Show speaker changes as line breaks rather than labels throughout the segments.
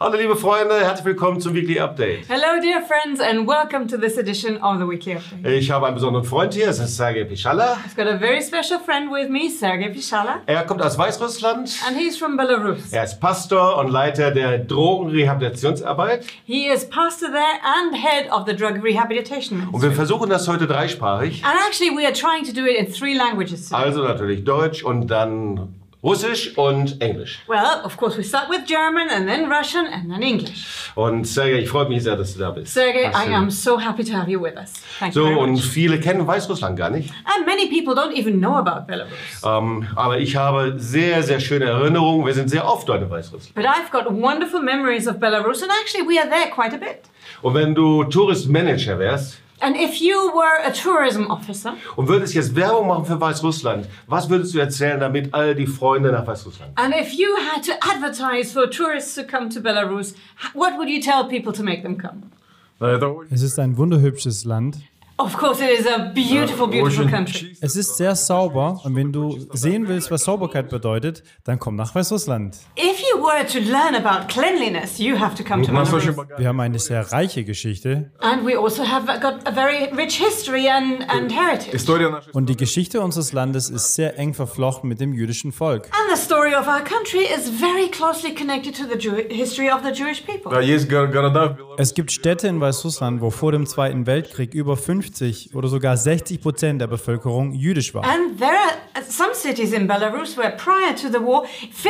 Hallo liebe Freunde, herzlich willkommen zum Weekly Update.
Hello, dear friends, and welcome to this edition of the Weekly Update.
Ich habe einen besonderen Freund hier, es ist Sergei Pischalla.
I've got a very special friend with me, Sergei Pishala,
Er kommt aus Weißrussland.
and he's from Belarus.
Er ist Pastor und Leiter der Drogenrehabilitationsarbeit.
He is pastor there and head of the drug rehabilitation.
Und
ministry.
wir versuchen das heute dreisprachig.
And actually, we are trying to do it in three languages. today.
Also natürlich Deutsch und dann Russisch und Englisch.
Well, of course, we start with German, and then Russian, and then English.
Und Sergei, ich freue mich sehr, dass du da bist.
Sergei, I
Dankeschön.
am so happy to have you with us. Thank
So,
you very
und
much.
viele kennen Weißrussland gar nicht.
And many people don't even know about Belarus.
Ähm, aber ich habe sehr, sehr schöne Erinnerungen. Wir sind sehr oft dort in Weißrussland.
But I've got wonderful memories of Belarus, and actually, we are there quite a bit.
Und wenn du Tourist-Manager wärst
And if you were a tourism officer,
und würdest jetzt Werbung machen für Weißrussland, was würdest du erzählen, damit all die Freunde nach Weißrussland
And if you had to advertise for tourists to come to Belarus, h- what would you tell people to make them come?
Да, это
Es ist ein wunderhübsches Land.
Of course, it is a beautiful, beautiful
очень
country.
Es ist sehr sauber und wenn du sehen willst, was Sauberkeit bedeutet, dann komm nach Weißrussland.
If you were to learn about cleanliness, you have to come to
У нас очень
Belarus.
богатый.
Wir haben eine sehr reiche Geschichte
And we also have got a very rich history and, and heritage.
История нашей
und die Geschichte unseres Landes ist sehr eng verflochten mit dem jüdischen Volk.
And the story of our country is very closely connected to the Jew- history of the Jewish people.
Да, есть го- города в Беларуси.
Es gibt Städte in Weißrussland, wo vor dem Zweiten Weltkrieg über 50 oder sogar 60 Prozent der Bevölkerung jüdisch war.
And there are uh, some cities in Belarus where prior to the war,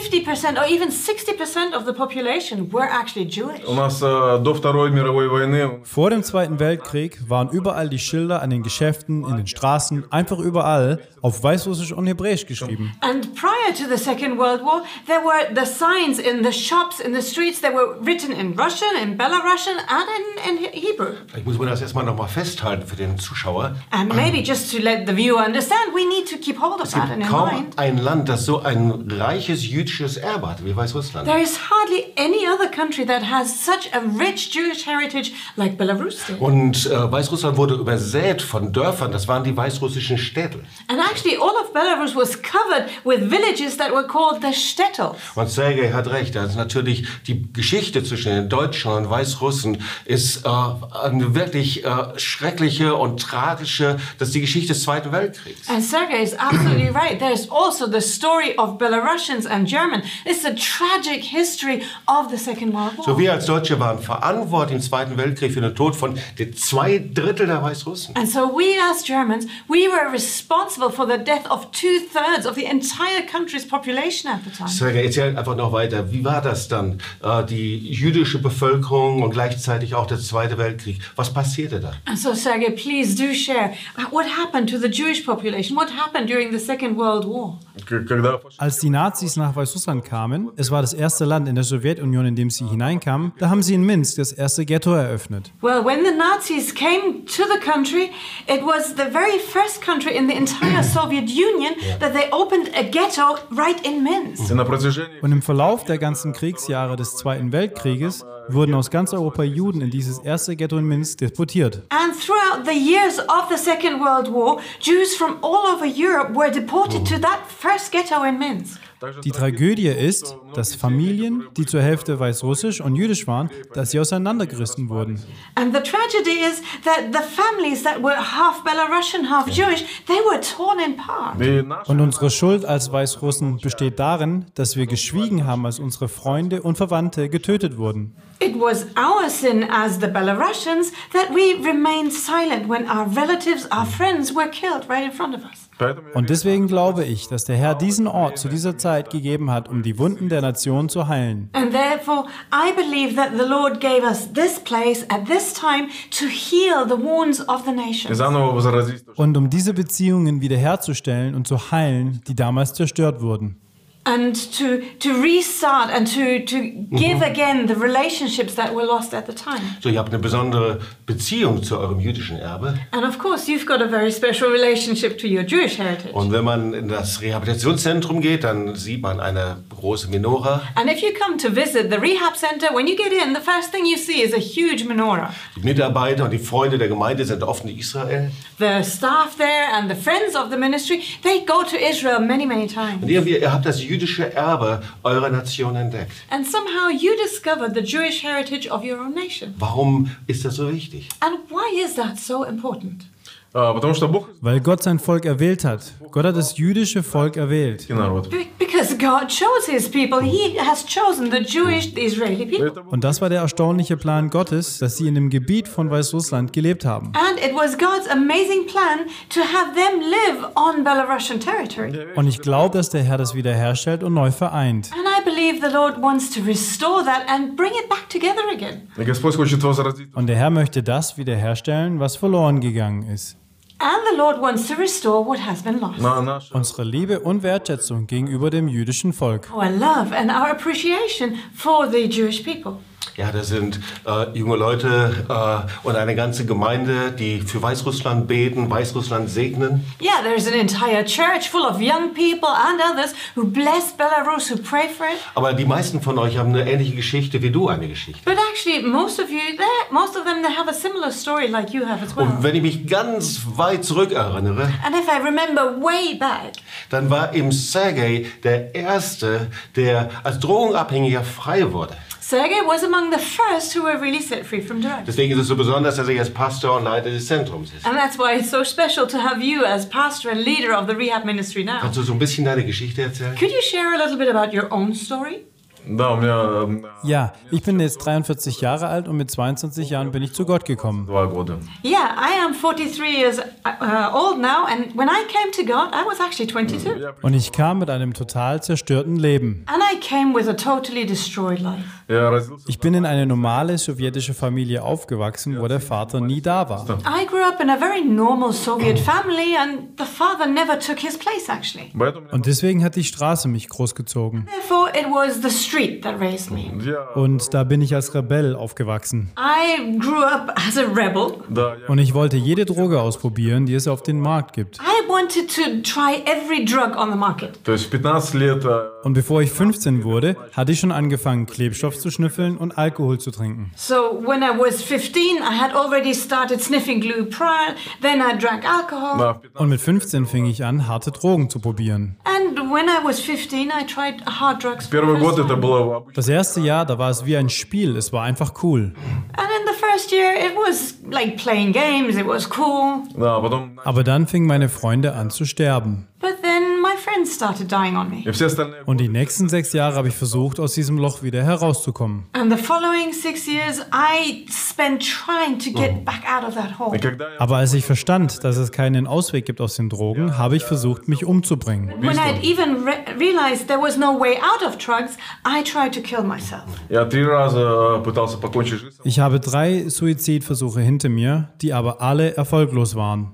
50% or even 60% of the population were actually Jewish.
У нас э, до Второй мировой войны
Vor dem Zweiten Weltkrieg waren überall die Schilder an den Geschäften, in den Straßen, einfach überall auf Weißrussisch und Hebräisch geschrieben.
And prior to the Second World War, there were the signs in the shops, in the streets, that were written in Russian, in Belarusian, and in, in He- Hebrew.
Ich muss mir das erstmal nochmal festhalten für den Zuschauer.
And maybe just to let the viewer understand, we need to keep hold of that and in
Kaum
mind.
ein Land, das so ein reiches jüdisches Erbe hat wie Weißrussland.
There is hardly any other country that has such a rich Jewish heritage like Belarus did.
Und äh, Weißrussland wurde übersät von Dörfern, das waren die weißrussischen Städte.
And actually, all of Belarus was covered with villages that were called the shtetl.
Und Sergei hat recht, das ist natürlich die Geschichte zwischen den Deutschen und Weißrussen ist äh, eine wirklich äh, schreckliche und tragische, das ist die Geschichte des Zweiten Weltkriegs.
And Sergei is absolutely right. There's also the story of Belarusians and German. It's a tragic history of the Second World War.
So wir als Deutsche waren verantwortlich im Zweiten Weltkrieg für den Tod von den zwei Drittel der Weißrussen.
and so we as Germans, we were responsible for the death of two-thirds of the entire country's population at the time.
Sergei, erzähl einfach noch weiter. Wie war das dann, äh, die jüdische Bevölkerung und gleichzeitig auch der Zweite Weltkrieg? Was passierte da?
And so Sergei, please do share uh, what happened to the Jewish population, what happened during the Second World War.
к- когда фашисты
Als die Nazis nach Weißrussland kamen, es war das erste Land in der Sowjetunion, in dem sie hineinkamen, da haben sie in Minsk das erste Ghetto eröffnet.
Well, when the Nazis came to the country, it was the very first country in the entire Soviet Union that they opened a ghetto right in Minsk.
на протяжении
Und im Verlauf der ganzen Kriegsjahre des Zweiten Weltkrieges wurden aus ganz Europa Juden in dieses erste Ghetto in Minsk deportiert.
And throughout the years of the Second World War, Jews from all over Europe were deported to that first ghetto in Minsk.
также
Die Tragödie ist, dass Familien, die zur Hälfte weißrussisch und jüdisch waren, dass sie auseinandergerissen wurden.
And the tragedy is that the families that were half Belarusian, half Jewish, they were torn in part.
И наши
Und unsere Schuld als Weißrussen besteht darin, dass wir geschwiegen haben, als unsere Freunde und Verwandte getötet wurden.
It was our sin as the Belarusians that we remained silent when our relatives, our friends were killed right in front of us.
Поэтому я
Und deswegen glaube ich, dass der Herr diesen Ort zu dieser Zeit gegeben hat, um die Wunden der Nation zu heilen.
And therefore, I believe that the Lord gave us this place at this time to heal the wounds of the
и
nations.
заново возразить. то, что
Und um diese Beziehungen wiederherzustellen und zu heilen, die damals zerstört wurden.
And to, to restart and to, to give again the relationships that were lost at the time.
So, ihr habt eine besondere Beziehung zu eurem jüdischen Erbe.
And of course, you've got a very special relationship to your Jewish heritage.
Und wenn man in das Rehabilitationszentrum geht, dann sieht man eine große Menora.
And if you come to visit the rehab center, when you get in, the first thing you see is a huge menorah.
Die Mitarbeiter und die Freunde der Gemeinde sind oft in Israel.
The staff there and the friends of the ministry, they go to Israel many, many times.
Und ihr, wir- ihr habt das jüdische Erbe eurer Nation entdeckt.
And somehow you discovered the Jewish heritage of your own nation.
Warum ist das so wichtig?
And why is that so important?
А, потому что Бог
Weil Gott sein Volk erwählt hat. Gott hat das jüdische Volk erwählt.
и народ.
Be- because God chose his people. He has chosen the Jewish, the Israeli people.
Это был
Und das war der erstaunliche Plan Gottes, dass sie in dem Gebiet von Weißrussland gelebt haben.
And it was God's amazing plan to have them live on Belarusian territory.
Und ich glaube, dass der Herr das wiederherstellt und neu vereint.
And I believe the Lord wants to restore that and bring it back together again.
И Господь хочет возродить.
Und der Herr möchte das wiederherstellen, was verloren gegangen ist.
And the Lord wants to restore what has been lost.
На наше
Unsere Liebe und Wertschätzung gegenüber dem jüdischen Volk.
Our love and our appreciation for the Jewish people.
Ja, das sind äh, junge Leute äh, und eine ganze Gemeinde, die für Weißrussland beten, Weißrussland segnen.
Yeah, there's an entire church full of young people and others who bless Belarus, who pray for it.
Aber die meisten von euch haben eine ähnliche Geschichte wie du, eine Geschichte.
But actually, most of you, there, most of them, they have a similar story like you have as
Und
well.
wenn ich mich ganz weit zurück erinnere,
And if I remember way back,
dann war eben Sergei der Erste, der als Drogenabhängiger frei wurde.
Sergei was among the first who were really set free from drugs.
Deswegen ist es so besonders, dass er jetzt Pastor und Leiter des Zentrums ist.
And that's why it's so special to have you as pastor and leader of the rehab ministry now.
Kannst du so ein bisschen deine Geschichte erzählen?
Could you share a little bit about your own story?
Да, у меня эм,
Ja, ich bin jetzt 43 Jahre alt und mit 22 Jahren bin ich zu Gott gekommen.
два года.
Yeah, I am 43 years uh, old now, and when I came to God, I was actually 22.
Und ich kam mit einem total zerstörten Leben.
And I came with a totally destroyed life.
Я родился.
Ich bin in eine normale sowjetische Familie aufgewachsen, wo der Vater nie da war.
I grew up in a very normal Soviet family, and the father never took his place actually.
Поэтому
Und deswegen hat die Straße mich großgezogen.
Therefore, it was the street that raised me.
я,
Und da bin ich als Rebell aufgewachsen.
I grew up as a rebel.
да, я,
Und ich wollte jede Droge ausprobieren, die es auf den Markt gibt.
I wanted to try every drug on the market.
то есть в 15 лет э,
Und bevor ich 15 wurde, hatte ich schon angefangen, Klebstoff zu schnüffeln und Alkohol zu trinken.
So, when I was 15, I had already started sniffing glue prior, then I drank alcohol.
да, в 15
Und mit 15 fing ich an, harte Drogen zu probieren.
And when I was 15, I tried hard drugs. for the
Первый
first
год это
time.
было обычно.
Das erste Jahr, da war es wie ein Spiel, es war einfach cool.
And in the first year, it was like playing games, it was cool.
Да, а потом на-
Aber dann fingen meine Freunde an zu sterben.
But then my friends started dying on me.
и все остальные.
Und die nächsten sechs Jahre habe ich versucht, aus diesem Loch wieder herauszukommen.
And the following six years, I spent trying to
Oh.
get back out of that hole.
И когда я
Aber als ich verstand, dass es keinen Ausweg gibt aus den Drogen, habe ich versucht, mich umzubringen.
When I'd even re- realized there was no way out of drugs, I tried to kill myself.
я три раза э, пытался покончить жизнь,
Ich habe drei Suizidversuche hinter mir, die aber alle erfolglos waren.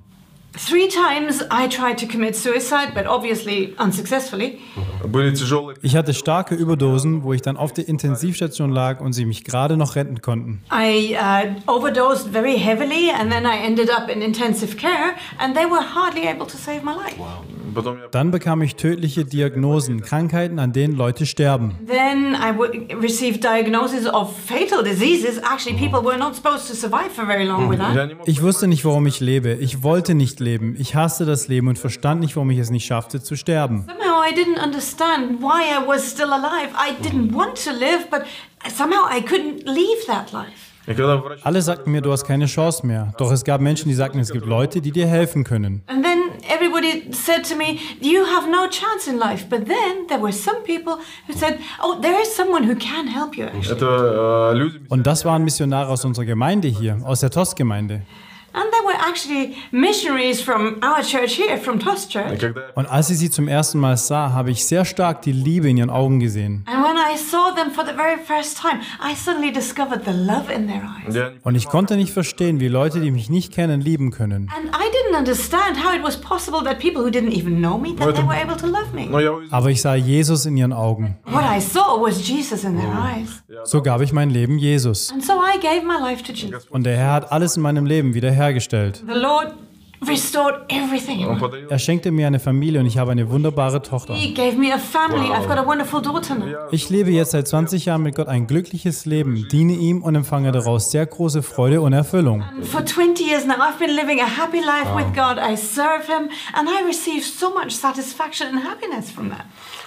Three times I tried to commit suicide, but obviously unsuccessfully.
были тяжелые.
Ich hatte starke Überdosen, wo ich dann auf der Intensivstation lag und sie mich gerade noch retten konnten.
I uh, overdosed very heavily, and then I ended up in intensive care, and they were hardly able to save my life.
Потом я
Dann bekam ich tödliche Diagnosen, Krankheiten, an denen Leute sterben.
Then I w- received diagnoses of fatal diseases. Actually, people were not supposed to survive for very long with
я
that.
не мог.
Ich wusste nicht, warum ich lebe. Ich wollte nicht leben. Ich hasste das Leben und verstand nicht, warum ich es nicht schaffte, zu sterben.
Somehow I didn't understand why I was still alive. I didn't want to live, but somehow I couldn't leave that life.
И когда врач
Alle sagten mir, du hast keine Chance mehr. Doch es gab Menschen, die sagten, es gibt Leute, die dir helfen können.
And then everybody said to me, You have no chance in life. But then there were some people who said, Oh, there is someone who can help you. actually."
это э, люди,
Und das waren Missionare aus unserer Gemeinde hier, aus der TOS-Gemeinde.
And there were actually missionaries from our church here, from Toss
И
Church.
когда я
Und als ich sie zum ersten Mal sah, habe ich sehr stark die Liebe in ihren Augen gesehen.
And when I saw them for the very first time, I suddenly discovered the love in their eyes.
я не
Und ich konnte nicht verstehen, wie Leute, die mich nicht kennen, lieben können.
And I didn't understand how it was possible that people who didn't even know me, that they were able to love me.
Но я увидел,
Aber ich sah Jesus in ihren Augen.
What I saw was Jesus in their eyes.
So gab ich mein Leben Jesus.
And so I gave my life to Jesus.
Und der Herr hat alles in meinem Leben wiederhergestellt.
The Lord restored everything. in
он
my life.
подарил.
Er schenkte mir eine Familie und ich habe eine wunderbare Tochter.
He gave me a family. I've got a wonderful daughter now.
Ich lebe jetzt seit 20 Jahren mit Gott ein glückliches Leben, diene ihm und empfange daraus sehr große Freude und Erfüllung.
And For 20 years now, I've been living a happy life with God. I serve Him, and I receive so much satisfaction and happiness from that.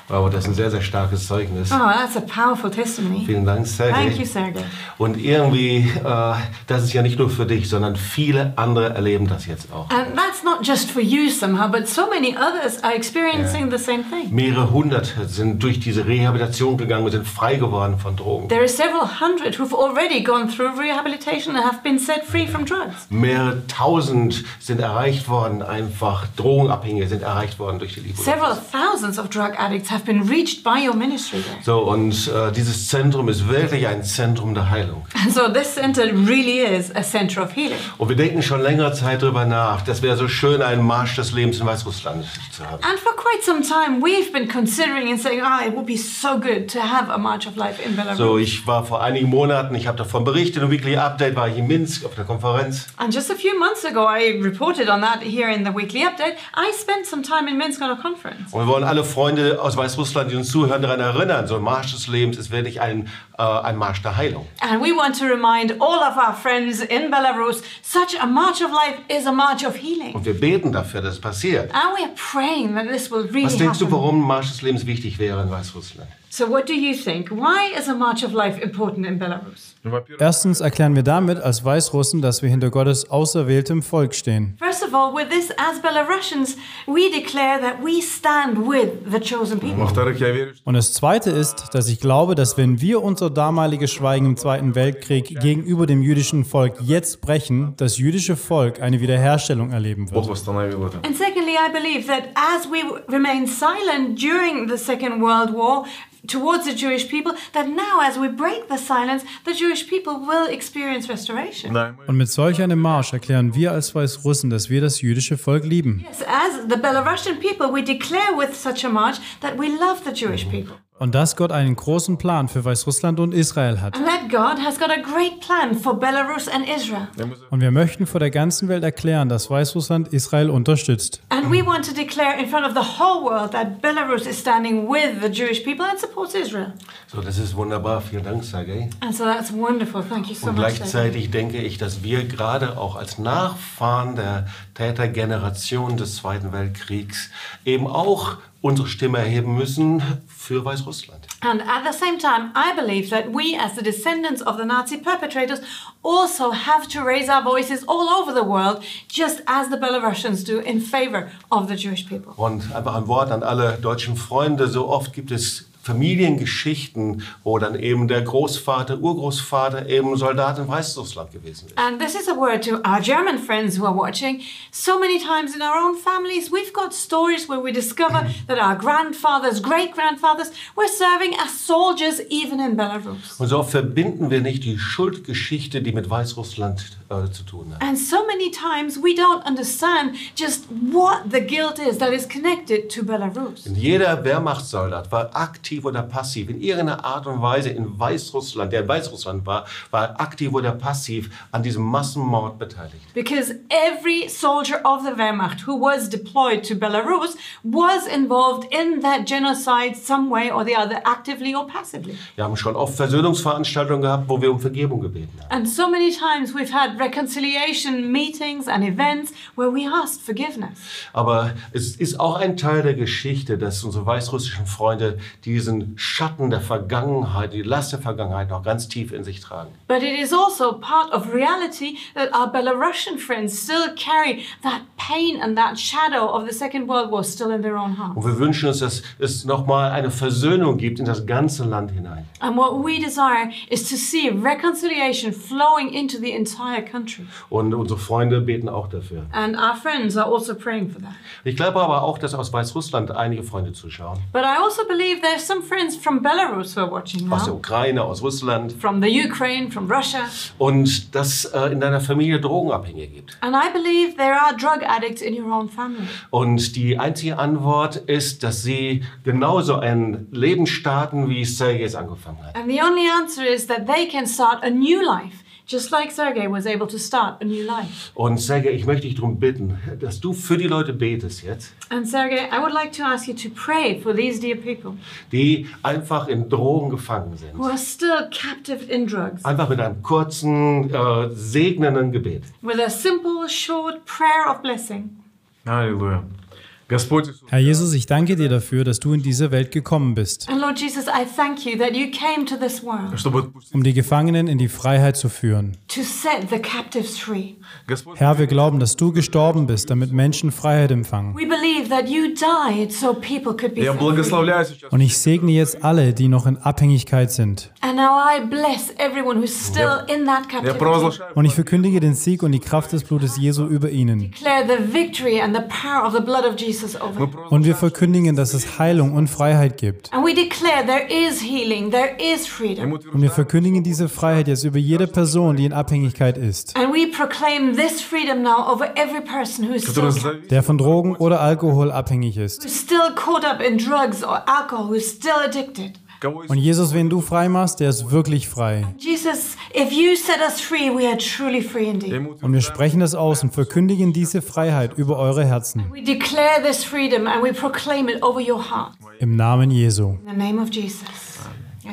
Aber das ist ein sehr, sehr starkes Zeugnis.
Oh, that's a powerful testimony.
Vielen Dank, Sergej.
Thank you, Sergey.
Und irgendwie, äh, das ist ja nicht nur für dich, sondern viele andere erleben das jetzt auch.
And that's not just for you somehow, but so many others are experiencing the same thing.
Mehrere hundert sind durch diese Rehabilitation gegangen und sind frei geworden von Drogen.
There are several hundred who've already gone through rehabilitation and have been set free from drugs.
Mehrere tausend sind erreicht worden, einfach Drogenabhängige sind erreicht worden durch die Liebe.
Several thousands of drug addicts have been reached by your ministry there.
So, und äh, dieses Zentrum ist wirklich ein Zentrum der Heilung.
And so this center really is a center of healing.
Und wir denken schon längere Zeit darüber nach, das wäre so schön, einen Marsch des Lebens in Weißrussland zu haben.
And for quite some time, we've been considering and saying, ah, it would be so good to have a March of Life in Belarus.
So, ich war vor einigen Monaten, ich habe davon berichtet, im Weekly Update war ich in Minsk auf einer Konferenz.
and just a few months ago, I reported on that here in the weekly update. I spent some time in Minsk on a conference.
Und wir wollen alle Freunde aus Weißrussland, die uns zuhören, daran erinnern, so ein Marsch des Lebens ist wirklich ein, äh, ein Marsch der Heilung.
And we want to remind all of our friends in Belarus such a March of Life is a March of healing.
Und wir beten dafür, dass es passiert.
And we are praying that this will really
Was denkst du,
happen.
warum ein Marsch des Lebens wichtig wäre in Weißrussland?
So, what do you think? Why is a March of Life important in Belarus?
Ну, Во-первых,
Erstens erklären wir damit als Weißrussen, dass wir hinter Gottes auserwähltem Volk stehen.
First of all, with this, as Belarusians, we declare that we stand with the chosen people.
во-вторых, я верю, что
Und das Zweite ist, dass ich glaube, dass wenn wir unser damaliges Schweigen im Zweiten Weltkrieg gegenüber dem jüdischen Volk jetzt brechen, das jüdische Volk eine Wiederherstellung erleben
Бог
wird.
восстановил это.
And secondly, I believe that as we remain silent during the Second World War towards the Jewish people, that now as we break the silence, the Jewish people will experience restoration.
Да, и мы
Und mit solch einem Marsch erklären wir als Weißrussen, dass wir das jüdische Volk lieben.
Yes, as the Belarusian people, we declare with such a march that we love the Jewish people
Und dass Gott einen großen Plan für Weißrussland und Israel hat.
and that God has got a great plan for Belarus and Israel.
Und wir möchten vor der ganzen Welt erklären, dass Weißrussland Israel unterstützt.
And we want to declare in front of the whole world that Belarus is standing with the Jewish people and supports Israel.
So, das ist wunderbar. Vielen Dank, Sergej.
And so that's wonderful. Thank you so
Und
much. David.
gleichzeitig denke ich, dass wir gerade auch als Nachfahren der Tätergeneration des Zweiten Weltkriegs eben auch unsere Stimme erheben müssen für Weißrussland.
And at the same time, I believe that we, as the descendants of the Nazi perpetrators, also have to raise our voices all over the world, just as the Belarusians do, in favor of the Jewish people.
Und einfach ein Wort an alle deutschen Freunde. So oft gibt es Familiengeschichten, wo dann eben der Großvater, Urgroßvater eben Soldat in Weißrussland gewesen ist.
And this is a word to our German friends who are watching. So many times in our own families, we've got stories where we discover that our grandfathers, great grandfathers, were serving as soldiers even in Belarus.
Und so oft verbinden wir nicht die Schuldgeschichte, die mit Weißrussland äh, zu tun hat.
And so many times we don't understand just what the guilt is that is connected to Belarus.
Jeder Wehrmachtssoldat war aktiv oder passiv in irgendeiner Art und Weise in Weißrussland, der in Weißrussland war, war aktiv oder passiv an diesem Massenmord beteiligt.
Because every soldier of the Wehrmacht who was deployed to Belarus was involved in that genocide some way or the other, actively or passively.
Wir haben schon oft Versöhnungsveranstaltungen gehabt, wo wir um Vergebung gebeten haben.
And so many times we've had reconciliation meetings and events where we asked forgiveness.
Aber es ist auch ein Teil der Geschichte, dass unsere weißrussischen Freunde diesen Schatten der Vergangenheit, die Last der Vergangenheit noch ganz tief in sich tragen.
But it is also part of reality that our Belarusian friends still carry that pain and that shadow of the Second World War still in their own heart.
Und wir wünschen uns, dass es nochmal eine Versöhnung gibt in das ganze Land hinein.
And what we desire is to see reconciliation flowing into the entire country.
Und unsere Freunde beten auch dafür.
And our friends are also praying for that.
Ich glaube aber auch, dass aus Weißrussland einige Freunde zuschauen.
But I also believe there's some friends from Belarus who are watching now.
Aus der Ukraine, aus Russland.
From the Ukraine, from Russia.
Und dass äh, in deiner Familie Drogenabhängige gibt.
And I believe there are drug addicts in your own family.
Und die einzige Antwort ist, dass sie genauso ein Leben starten, wie es Sergej es angefangen hat.
And the only answer is that they can start a new life, just like Sergei was able to start a new life.
Und Sergej, ich möchte dich darum bitten, dass du für die Leute betest jetzt,
And Sergei, I would like to ask you to pray for these dear people
die einfach in Drogen gefangen sind.
who are still captive in drugs.
Einfach mit einem kurzen, äh, segnenden Gebet.
With a simple, short prayer of blessing.
Аллилуйя. Господь Иисус,
Herr Jesus, ich danke dir dafür, dass du in diese Welt gekommen bist,
And Lord Jesus, I thank you that you came to this world
чтобы отпустить.
um die Gefangenen in die Freiheit zu führen.
to set the captives free.
Господь,
Herr, wir glauben, dass du gestorben bist, damit Menschen Freiheit empfangen.
We believe that you died so people could be
я
set free.
благословляю сейчас.
Und ich segne jetzt alle, die noch in Abhängigkeit sind.
And now I bless everyone who's still in that
Я
captivity.
провозглашаю
Und ich verkündige den Sieg und die Kraft des Blutes Jesu über ihnen.
Declare the victory and the power of the blood of Jesus over them.
Und wir verkündigen, dass es Heilung und Freiheit gibt.
And we declare there is healing, there is freedom.
ему
Und wir
твердо.
verkündigen diese Freiheit jetzt über jede Person, die in Abhängigkeit ist,
And we proclaim this freedom now over every person who's
который
still,
зависит,
der von Drogen oder Alkohol abhängig ist.
who's still caught up in drugs or alcohol, who's still addicted.
кого
Und
Иисус
Jesus, wen du frei machst, der ist wirklich frei.
Jesus, if you set us free, we are truly free
Я
indeed.
ему
Und wir
утверждаю,
sprechen das aus und verkündigen diese Freiheit über eure Herzen.
We declare this freedom and we proclaim it over your heart.
Im Namen Jesu.
In the name of Jesus.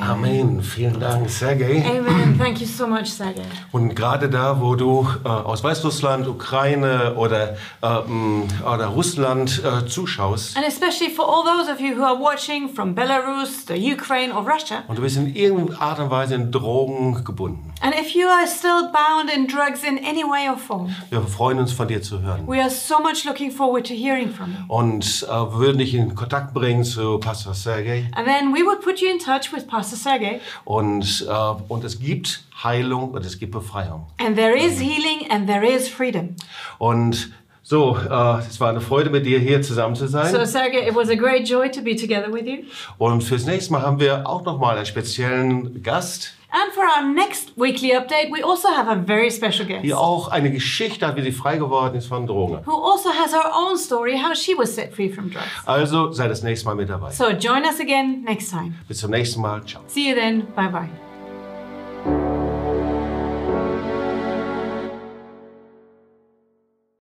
Amen. Vielen Dank, Sergej.
Amen. Thank you so much, Sergey.
Und gerade da, wo du äh, aus Weißrussland, Ukraine oder, ähm, oder Russland äh, zuschaust
And especially for all those of you who are watching from Belarus, the Ukraine, or Russia,
und du bist in irgendeiner Art und Weise in Drogen gebunden,
and if you are still bound in drugs in any way or form,
wir freuen uns, von dir zu hören.
we are so much looking forward to hearing from you.
Und äh, würden dich in Kontakt bringen zu Pastor Sergej.
And then we will put you in touch with Pastor Sergey.
Und, äh, und es gibt Heilung und es gibt Befreiung.
And there is healing and there is freedom.
Und so, äh, es war eine Freude, mit dir hier zusammen zu sein.
So, Sergey, it was a great joy to be together with you.
Und fürs nächste Mal haben wir auch nochmal einen speziellen Gast,
And for our next weekly update, we also have a very special guest
die auch eine Geschichte hat, wie sie frei geworden ist von Drogen.
who also has her own story how she was set free from drugs.
Also sei das nächste Mal mit dabei.
So, join us again next time.
Bis zum nächsten Mal. Ciao.
See you then. Bye bye.